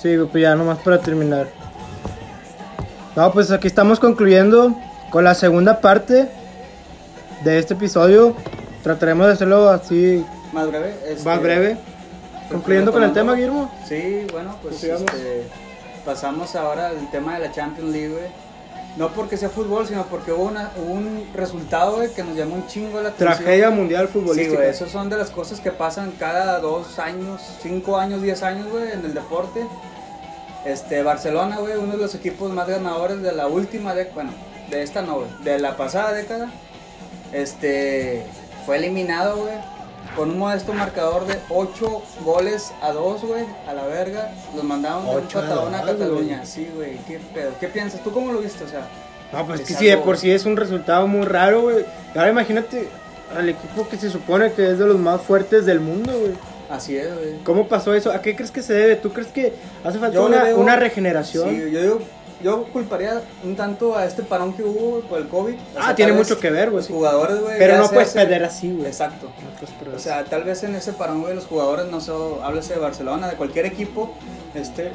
Sí, güey, pues ya nomás para terminar. No, pues aquí estamos concluyendo con la segunda parte de este episodio. Trataremos de hacerlo así Más breve. este, más breve. Concluyendo con el tema, Guillermo. Sí, bueno, pues Sigamos. este, pasamos ahora al tema de la Champions League, güey. No porque sea fútbol, sino porque hubo, una- hubo un resultado, güey, que nos llamó un chingo la atención. Tragedia mundial Sí, futbolística. güey, esas son de las cosas que pasan cada dos años, cinco años, diez años, güey, en el deporte. Este, Barcelona, güey, uno de los equipos más ganadores de la última década, bueno, de esta no, güey, de la pasada década. Este, fue eliminado, güey, con un modesto marcador de 8 goles a 2, güey, a la verga. Los mandaron de un Ocho a patadón a dos, güey. Cataluña, sí, güey, qué pedo. ¿Qué piensas? ¿Tú cómo lo viste? O sea, No, pues que Es sí, de algo- por sí es un resultado muy raro, güey. Y Ahora imagínate al equipo que se supone que es de los más fuertes del mundo, güey. así es, güey. ¿Cómo pasó eso? ¿A qué crees que se debe? ¿Tú crees que hace falta Yo le una, veo- una regeneración? Sí, yo digo- yo culparía un tanto a este parón que hubo por el COVID. O Ah, tal tiene vez mucho que ver, güey, Los sí. jugadores, güey. Pero ya no se puedes hacen- perder así, güey. Exacto. No puedes perder O así. sea, tal vez en ese parón, güey, los jugadores, no sé, háblese de Barcelona, de cualquier equipo, este,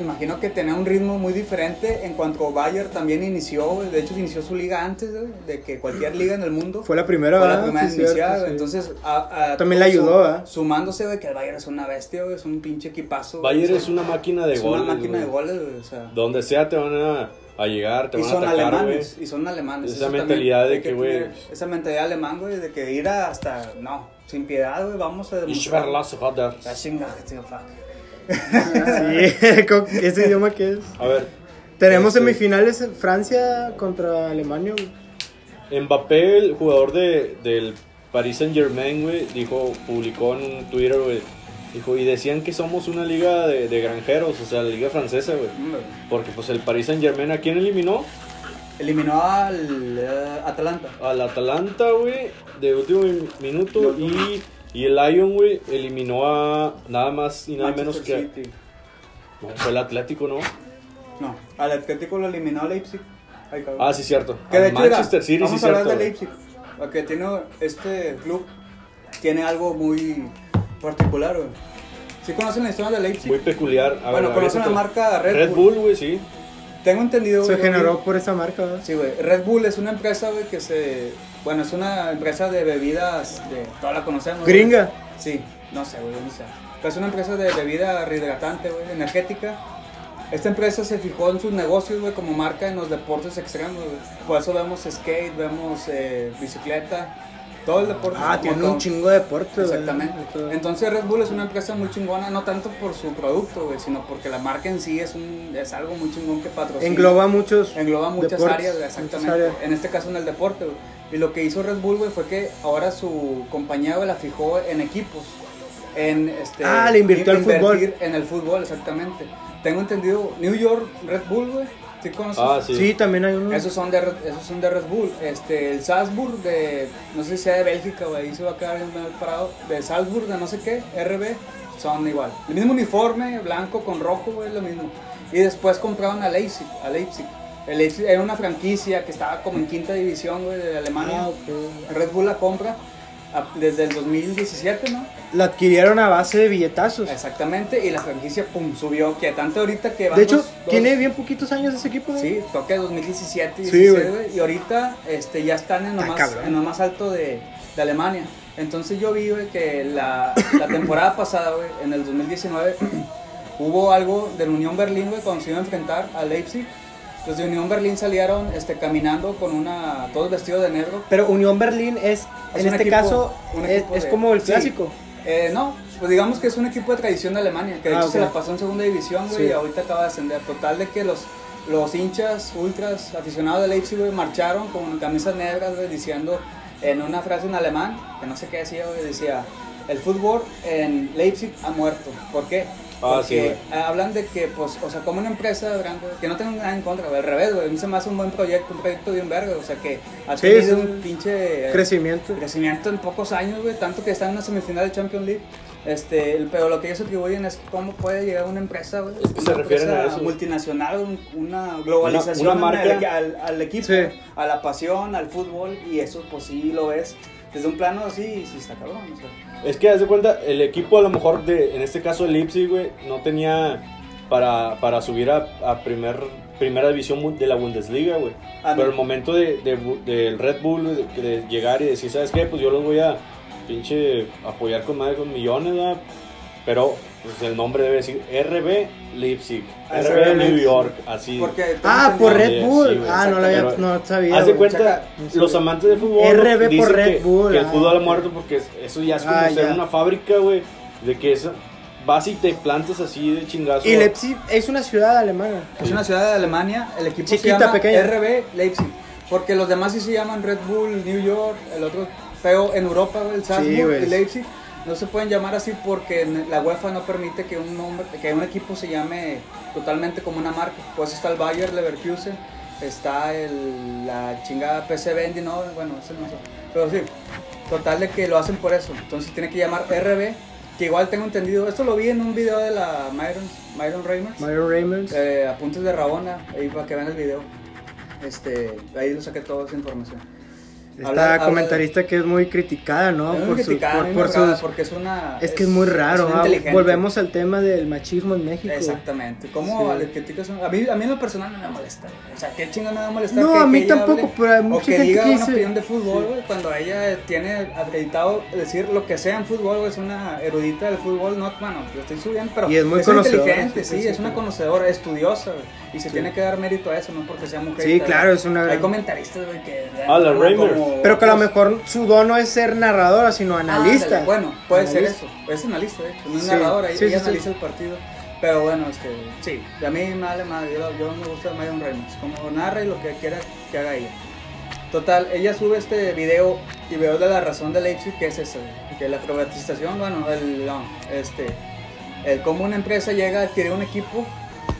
imagino que tenía un ritmo muy diferente en cuanto Bayern también inició, güey, de hecho inició su liga antes, güey, de que cualquier liga en el mundo. Fue la primera, Fue ¿verdad? primera Sí, en iniciar, cierto, güey. sí. Entonces, a- a- También le ayudó, ¿verdad? Sumándose, güey, que el Bayern es una bestia, güey, es un pinche equipazo. güey, Bayern o sea, es una máquina de es goles. una máquina güey. de goles, güey, o sea. Donde sea te van a, a llegar, te y van son a atacar, güey. alemanes, y son alemanes. Esa eso también mentalidad de hay que, güey, tener Esa mentalidad alemán, güey, de que ir a hasta, no, sin piedad, güey, vamos a Ich demostrar. Ah, verlasse Radar. La chingada, tío, fuck. Sí, ¿con ¿Ese idioma que es? A ver, Tenemos Este- semifinales en Francia contra Alemania, güey. Mbappé, el jugador de, del Paris Saint Germain, güey, dijo, publicó en un Twitter, güey, dijo, y decían que somos una liga de, de granjeros, o sea, la liga francesa, güey. Hombre. Porque pues el Paris Saint Germain, ¿a quién eliminó? Eliminó al eh, Atalanta. Al Atalanta, güey, de último min- minuto, Los y, y el Lyon, güey, eliminó a nada más y nada menos Manchester que... City. No, fue el Atlético, ¿no? No, al Atlético lo eliminó Leipzig. Ay, cabrón. Ah, sí, cierto. Que de Al hecho, mira, Manchester City, sí, vamos a hablar cierto. de güey. Leipzig. Porque tiene, este club tiene algo muy particular, güey. ¿Sí conocen la historia de Leipzig? Muy peculiar. A Bueno, a conocen ahorita la te- marca Red Red Bull. Bull, güey, sí. Tengo entendido, Se güey, generó por esa marca, ¿verdad? Sí, güey. Red Bull es una empresa, güey, que se. Bueno, es una empresa de bebidas. De... Toda la conocemos. güey. Gringa. Sí, no sé, güey, no sé. Pero es una empresa de bebida rehidratante, güey, energética. Esta empresa se fijó en sus negocios, güey, como marca en los deportes extremos, güey. Por eso vemos skate, vemos eh, bicicleta, todo el deporte. Ah, como tiene todo. un chingo de deporte, güey. Exactamente. Todo. Entonces Red Bull es una empresa muy chingona, no tanto por su producto, güey, sino porque la marca en sí es, un, es algo muy chingón que patrocina. Engloba muchos. Engloba muchas deportes, áreas, güey, muchas exactamente. áreas. En este caso en el deporte, güey. Y lo que hizo Red Bull, güey, fue que ahora su compañía, güey, la fijó en equipos. En este, Ah, le invirtió al invertir fútbol. En el fútbol, exactamente. Tengo entendido, New York, Red Bull, güey. ¿Sí conoces? Ah, Sí. sí. también hay uno. Esos son de, Red- esos son de Red Bull. Este, el Salzburg de, no sé si sea de Bélgica, güey, ahí se va a quedar bien mal parado. De Salzburg, de no sé qué, RB, son igual. El mismo uniforme, blanco con rojo, güey, lo mismo. Y después compraron a Leipzig, a Leipzig. El Leipzig era una franquicia que estaba como en quinta división, güey, de Alemania. Ah, ok. Red Bull la compra a- desde el 2017, ¿no? La adquirieron a base de billetazos. Exactamente, y la franquicia, pum, subió, que tanto ahorita que van De hecho, dos- dos- tiene bien poquitos años ese equipo, güey. Sí, toque 2017, Sí, 16, güey. güey, Y ahorita este, ya están en lo, Está más, cabrón. en lo más alto de, de Alemania. Entonces yo vi, güey, que la, la temporada pasada, güey, en el 2019, hubo algo del Unión Berlín, güey, cuando se iba a enfrentar a Leipzig. Los de Unión Berlín salieron este, caminando con una. todos vestidos de negro. Pero Unión Berlín es, Es en un este equipo- caso, un es, equipo es de- como el sí. clásico. Eh, no, pues digamos que es un equipo de tradición de Alemania, que de Ah, hecho se ok. la pasó en segunda división, güey, Sí. y ahorita acaba de ascender. Total de que los, los hinchas, ultras, aficionados de Leipzig, güey, marcharon con camisas negras, güey, diciendo en una frase en alemán, que no sé qué decía, güey, decía, el fútbol en Leipzig ha muerto. ¿Por qué? Ah, sí, Porque hablan de que, pues, o sea, como una empresa grande, que no tengo nada en contra, güey, al revés, güey, a mí se me hace un buen proyecto, un proyecto bien verga, o sea, que ha Sí, tenido sí. un pinche... eh, Crecimiento. Crecimiento en pocos años, güey, tanto que está en una semifinal de Champions League. Este, el- pero lo que ellos atribuyen es cómo puede llegar una empresa, güey, Es que una se refieren empresa a eso. multinacional, un- una globalización Una- una al- marca. al, al equipo, Sí. a la pasión, al fútbol, y eso pues sí lo ves desde un plano así, sí está cabrón. o sea. Es que, haz de cuenta, el equipo a lo mejor, de, en este caso el Leipzig, güey, no tenía para, para subir a, a primer, primera división bu- de la Bundesliga, güey. Ah, Pero no. el momento de, de bu- del Red Bull, güey, de, de llegar y decir, ¿sabes qué? Pues yo los voy a pinche apoyar con más de con millones, ¿verdad? Pero pues, el nombre debe decir RB Leipzig, Ah, RB RB New Leipzig. York, así. Porque tú Ah, no por tenías- Red Bull. güey, ah, no lo exactamente. había, no sabía. Haz de güey. cuenta, Checa. los amantes del fútbol RB por dicen Red que, Bull, que el ah. fútbol ha muerto porque es- eso ya es como Ah, ser ya. una fábrica, güey, de que es, vas y te plantas así de chingazo. Y Leipzig es una ciudad alemana. Es una ciudad de Alemania, el equipo Chiquita, se llama pequeña. RB Leipzig. Porque los demás sí se llaman Red Bull, New York, el otro feo en Europa, güey, el Salzburg güey. y Leipzig. No se pueden llamar así porque en- la UEFA no permite que un nombre, que un equipo se llame totalmente como una marca. Pues está el Bayer Leverkusen, está el, la chingada PC Bendy, no, bueno, ese no sé. Pero sí, total de que lo hacen por eso. Entonces tiene que llamar RB, que igual tengo entendido. Esto lo vi en un video de la Myron, Myron Reimers. Mario Reimers. Eh, apuntes de Rabona, ahí para que vean el video. Este, ahí lo saqué toda esa información. Esta habla- habla- comentarista que es muy criticada, ¿no? Es muy por sus- criticada, por- muy por marcada, sus- porque es una. es que es muy raro. es ¿ah? inteligente. Volvemos al tema del machismo en México. Exactamente. ¿Cómo Sí. le criticas? A mí, a mí en lo personal no me molesta. O sea, qué chingo me va a molestar. No, que- a que mí ella tampoco, hable pero hay o mucha que gente diga que una dice- opinión de fútbol, güey, cuando ella tiene acreditado decir lo que sea en fútbol, güey, es una erudita del fútbol, no, bueno, lo estoy subiendo, pero Y es muy conocedora, inteligente, sí, sí, sí, sí, es una sí. conocedora, estudiosa, güey, y se tiene que dar mérito a eso, no porque sea mujer. Sí, y tal, claro, güey. es una Hay gran- comentaristas, güey, que... Ah, la como- Reimers. como Pero que a lo otros- mejor su don no es ser narradora, sino analista. Ándale, bueno, puede Analista. ser eso. Es analista, de hecho. No es Sí, narrador, ahí sí, ella sí, analiza el partido. Pero bueno, este, sí, a mí me vale madre. Yo, yo me gusta Marion Reynolds. Como narra y lo que quiera que haga ella. Total, ella sube este video y veo de la razón de Leipzig que es eso, güey, que la privatización, bueno, el, no, este, el cómo una empresa llega a adquirir un equipo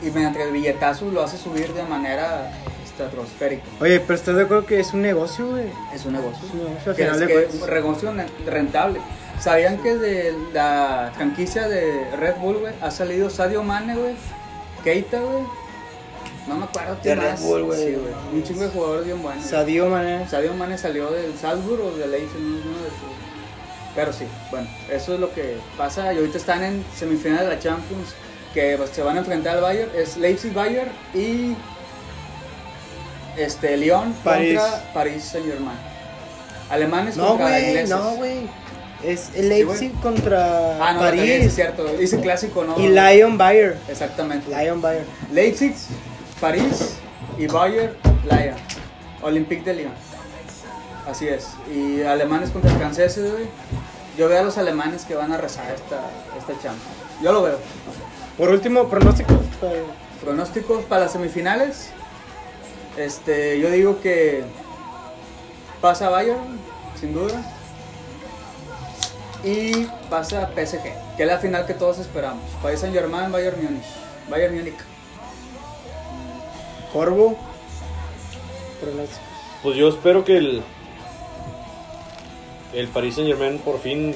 y mediante el billetazo lo hace subir de manera estratosférica. Oye, pero estás de acuerdo que es un negocio, güey. Es un negocio. Es un negocio, al que final es de que cuentas. un negocio ne- rentable. ¿Sabían que de la franquicia de Red Bull, güey, ha salido Sadio Mane, güey? Keita, güey. No me acuerdo De quién Red más. Bull, güey. Sí, Un chingo de jugadores bien buenos. Sadio. Sadio Mané. Mane salió del Salzburg o del Leipzig, uno de sus- Pero sí, bueno, eso es lo que pasa. Y ahorita están en semifinal de la Champions, que pues, se van a enfrentar al Bayern. Es Leipzig-Bayern y... Este, Lyon París. contra París Saint-Germain. Alemanes No, contra güey, ingleses. no, güey. Es el Sí, güey. Leipzig contra Ah, no, París. es París. cierto. Dice clásico, ¿no? Y Lion Bayer. Exactamente. Lion Bayer. Leipzig, París y Bayern, Lyon. Olympique de Lyon. Así es. Y alemanes contra franceses, güey. Yo veo a los alemanes que van a rezar esta, esta Champions. Yo lo veo. Por último, pronósticos. para- Pronósticos para las semifinales. Este, yo digo que pasa Bayern, sin duda. Y pasa PSG, que es la final que todos esperamos. País Saint Germain, Bayern Múnich. Bayern Múnich. Corvo. Pronósticos. Pues yo espero que el, el Paris Saint Germain por fin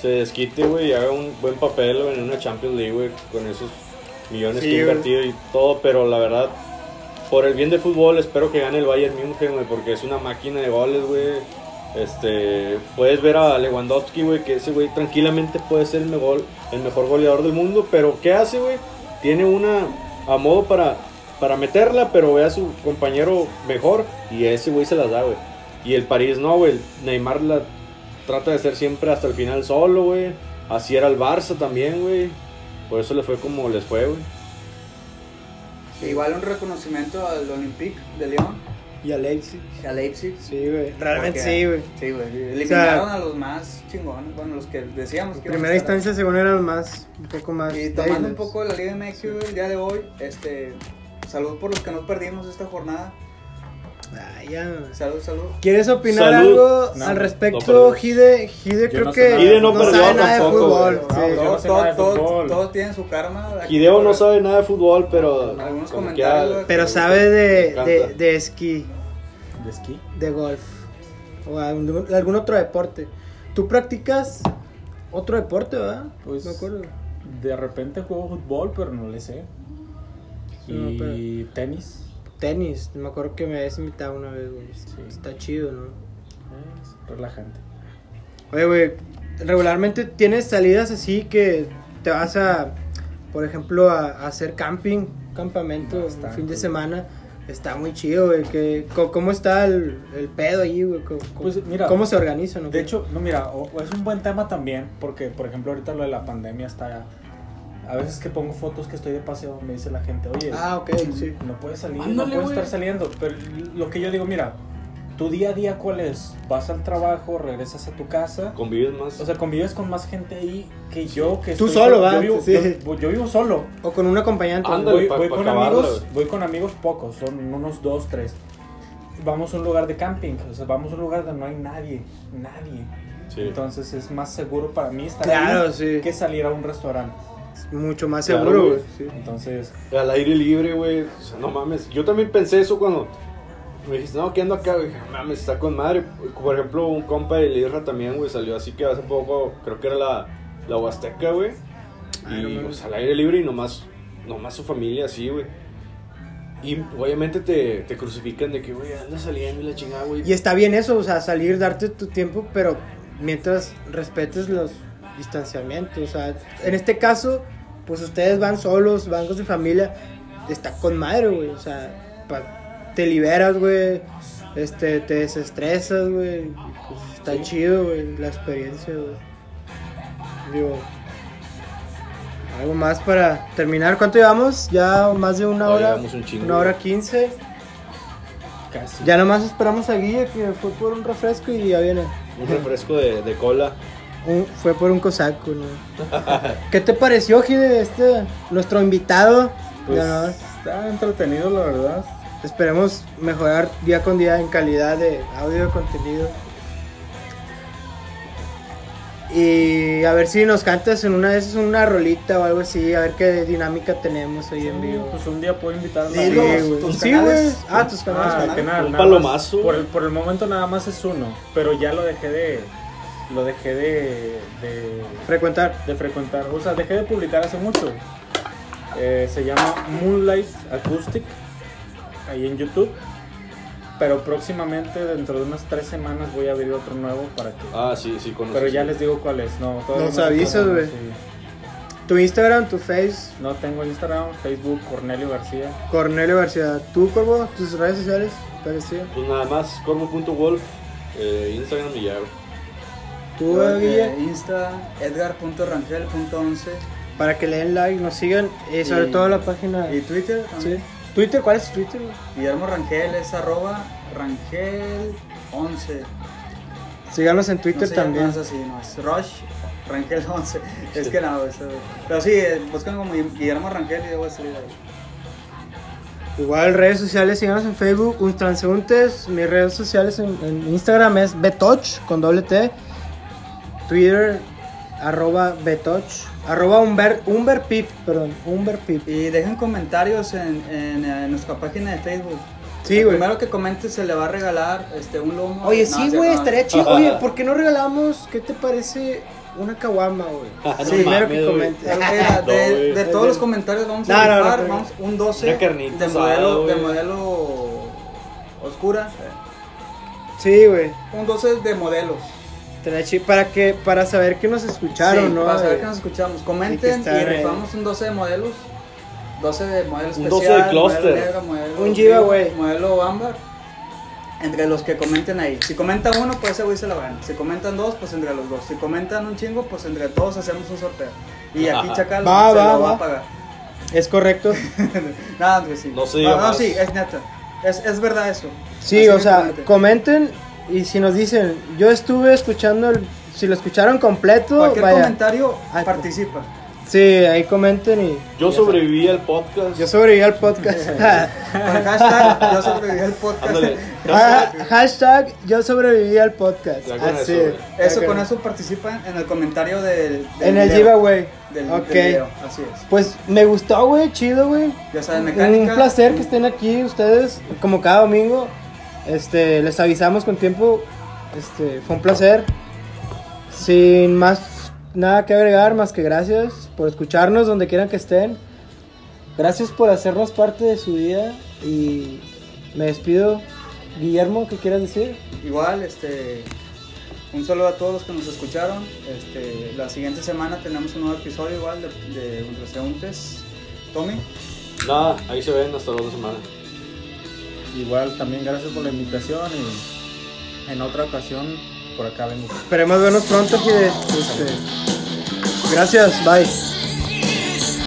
se desquite, güey, y haga un buen papel güey, en una Champions League, güey, con esos millones Sí, que ha güey. invertido y todo, pero la verdad, por el bien del fútbol, espero que gane el Bayern Múnich, güey, porque es una máquina de goles, güey. Este, puedes ver a Lewandowski, güey, que ese güey tranquilamente puede ser el mejor, el mejor goleador del mundo, pero ¿qué hace, güey? Tiene una a modo para, para meterla, pero ve a su compañero mejor y ese güey se las da, güey. Y el París no, güey, Neymar la trata de ser siempre hasta el final solo, güey. Así era el Barça también, güey. Por eso le fue como les fue, güey. Igual un reconocimiento al Olympique de Lyon, Y a Leipzig. a Leipzig. Sí, güey. Realmente Porque- sí, güey. Sí, güey. O Eliminaron sea, a los más chingones, bueno, los que decíamos que En iban a primera estar ahí. instancia, según eran más. Un poco más. Y tomando débiles. un poco de la Liga MX, güey, el día de hoy, este, salud por los que no perdimos esta jornada. Ah, ya. Salud, salud. ¿Quieres opinar Salud. algo No, al no respecto, perdió. Gide? Gide Yo creo no sé que nada. Gide no perdió sabe nada de tampoco, fútbol. güey. sí. yo no todos, sé nada de todos- fútbol. todos tienen su karma. Aquí, Gideo no güey, sabe nada de fútbol, pero. Algunos como comentarios, que- güey. Pero me sabe de, encanta. de, de esquí, ¿De esquí? de golf o algún, algún otro deporte. ¿Tú practicas otro deporte, verdad? Pues- no acuerdo. De repente juego fútbol, pero no le sé. Sí, no, Y tenis. Tenis, me acuerdo que me habías invitado una vez, güey. Está chido, ¿no? Es relajante. Oye, güey, regularmente tienes salidas así que te vas a, por ejemplo, a, a hacer camping, campamento, Bastante. fin de semana. Está muy chido, güey. que- co- ¿Cómo está el, el pedo ahí, güey? Co- co- Pues, mira, ¿Cómo se organizan? o De qué? hecho, no, mira, o- o es un buen tema también, porque por ejemplo ahorita lo de la pandemia está... A veces que pongo fotos que estoy de paseo, me dice la gente, oye, Ah, ok, sí. no puedes salir, no Ándale, puedes güey. estar saliendo. Pero lo que yo digo, mira, tu día a día cuál es? Vas al trabajo, regresas a tu casa. Convives más. O sea, convives con más gente ahí que yo, que Tú estoy solo, ¿verdad? yo vivo, Sí. yo- yo vivo solo. O con un acompañante. Ándale, Voy, pa- voy pa con acabarla, amigos, güey. voy con amigos pocos, son unos dos, tres. Vamos a un lugar de camping, o sea, vamos a un lugar donde no hay nadie, nadie. Sí. Entonces es más seguro para mí estar Claro, ahí sí. que salir a un restaurante. ¿no? Mucho más Claro, seguro, güey. güey. sí. Entonces, Al aire libre, güey. O sea, no mames. Yo también pensé eso cuando me dijiste, no, ¿qué ando acá? güey? Dije, mames, está con madre. Por ejemplo, un compa de Lirra también, güey, salió así que hace poco, creo que era la, la Huasteca, güey. Ay, no Y, mames. o sea, al aire libre y nomás, nomás su familia así, güey. Y obviamente te, te crucifican de que, güey, anda saliendo y la chingada, güey. Y está bien eso, o sea, salir, darte tu tiempo, pero mientras respetes los distanciamientos. O sea, en este caso, pues ustedes van solos, van con su familia, está con madre, güey. O sea, pa- te liberas, güey, este, te desestresas, güey. y Pues está Sí. chido, güey, la experiencia, güey. Digo, algo más para terminar. ¿Cuánto llevamos? Ya más de una No, hora. llevamos un chingo, una hora güey. quince. casi. Ya nomás esperamos a Guille que fue por un refresco y ya viene. Un refresco de, de cola. Un- fue por un cosaco, ¿no? ¿Qué te pareció, Guille, este, nuestro invitado? Pues, de honor? está entretenido, la verdad. Esperemos mejorar día con día en calidad de audio, contenido. Y a ver si nos cantas en una de esas una rolita o algo así, a ver qué dinámica tenemos hoy en vivo. Pues un día puedo invitar a la Sí, sí, gente. los- güey. tus Sí, canales. güey. Ah, tus canales. Ah, Un que nada, un nada más. palomazo. Por el, por el momento nada más es uno, pero ya lo dejé de. Lo dejé de. de, Frecuentar. de frecuentar. O sea, dejé de publicar hace mucho. Eh, se llama Moonlight Acoustic. Ahí en YouTube. Pero próximamente, dentro de unas tres semanas, voy a abrir otro nuevo para que. Ah, sí, sí, conozco. pero ya les digo cuál es. No, todavía Nos no recuerdo, avisas, no, güey. sí. Tu Instagram, tu Face, No tengo Instagram, Facebook, Cornelio García. Cornelio García. ¿Tú, Corvo? ¿Tus redes sociales? Parecido. Pues nada más, corvo.wolf, eh, Instagram y ya, güey. ¿Tú, eh, Guille? Insta, edgar.rangel.11 Para que le den like, nos sigan, eh, sobre Y- todo la página. y Twitter. Sí. también. ¿Twitter? ¿Cuál es tu Twitter? güey? Guillermo Rangel es arroba rangel11. Síganos en Twitter no sé, también. No es así, no es Rush Rangel 11. Es que no, eso. Pero sí, eh, buscan como Guillermo Rangel y debo de salir ahí. Igual redes sociales, síganos en Facebook, un transeúntes. Mis redes sociales en, en Instagram es betoch con doble T. Twitter arroba betoch. Arroba umber, umberpip, perdón, umberpip. Y dejen comentarios en, en, eh, nuestra página de Facebook. Sí, El güey. primero que comente se le va a regalar este, un lomo. Oye, No, sí, cierto, güey, no. estaría chido. Oye, ¿por qué no regalamos, qué te parece, una caguama, güey? Ah, No sí, primero mames, que güey. comente. Pero, mira, No, de, güey. de todos los comentarios vamos a No, no, no, rifar, no, no. vamos un 12 Una carnita de asada, modelo, de güey. modelo oscura, Sí, güey. un 12 de modelos. Estaría chido para que para saber que nos escucharon, Sí, ¿no? Para saber Eh, que nos escuchamos. Hay que Comenten estar, y eh. rifamos un 12 de modelos. 12 de modelos Un 12 de clúster. Un giveaway. Modelo ámbar. Entre los que comenten ahí. Si comenta uno, pues ese güey se la gana. Si comentan dos, pues entre los dos. Si comentan un chingo, pues entre todos hacemos un sorteo. Y aquí Ajá. Chacal Va, se va, lo va, va. a pagar. Es correcto. Nada, pues sí. No se diga no, no, más. sí, es neta. Es, es verdad eso. Sí, Así o que sea, comenten. comenten y si nos dicen, yo estuve escuchando, el- si lo escucharon completo, cualquier vaya. comentario Ay, pues. participa. Sí, ahí comenten y Yo sobreviví al podcast. yo sobreviví al podcast. Con el hashtag, yo sobreviví al podcast. Ándale. Ah, Hashtag yo sobreviví al podcast. Ya con Así. eso, güey. Eso Ya con eso participan en el comentario del, del En el video, giveaway. Del, ok. del video, así es. Pues me gustó, güey, chido, güey. Ya saben, mecánica. Un placer que estén aquí ustedes, como cada domingo. Este, les avisamos con tiempo. Este, fue un placer. Sin más nada que agregar, más que gracias por escucharnos donde quieran que estén. Gracias por hacernos parte de su día y me despido. Guillermo, ¿qué quieres decir? Igual, este. Un saludo a todos los que nos escucharon. Este, la siguiente semana tenemos un nuevo episodio igual de, de Ultraseuntes. Tommy, Nada, ahí se ven hasta la otra semana. Igual también gracias por la invitación y en otra ocasión por acá vengo. Esperemos vernos pronto, que este, Gracias, bye.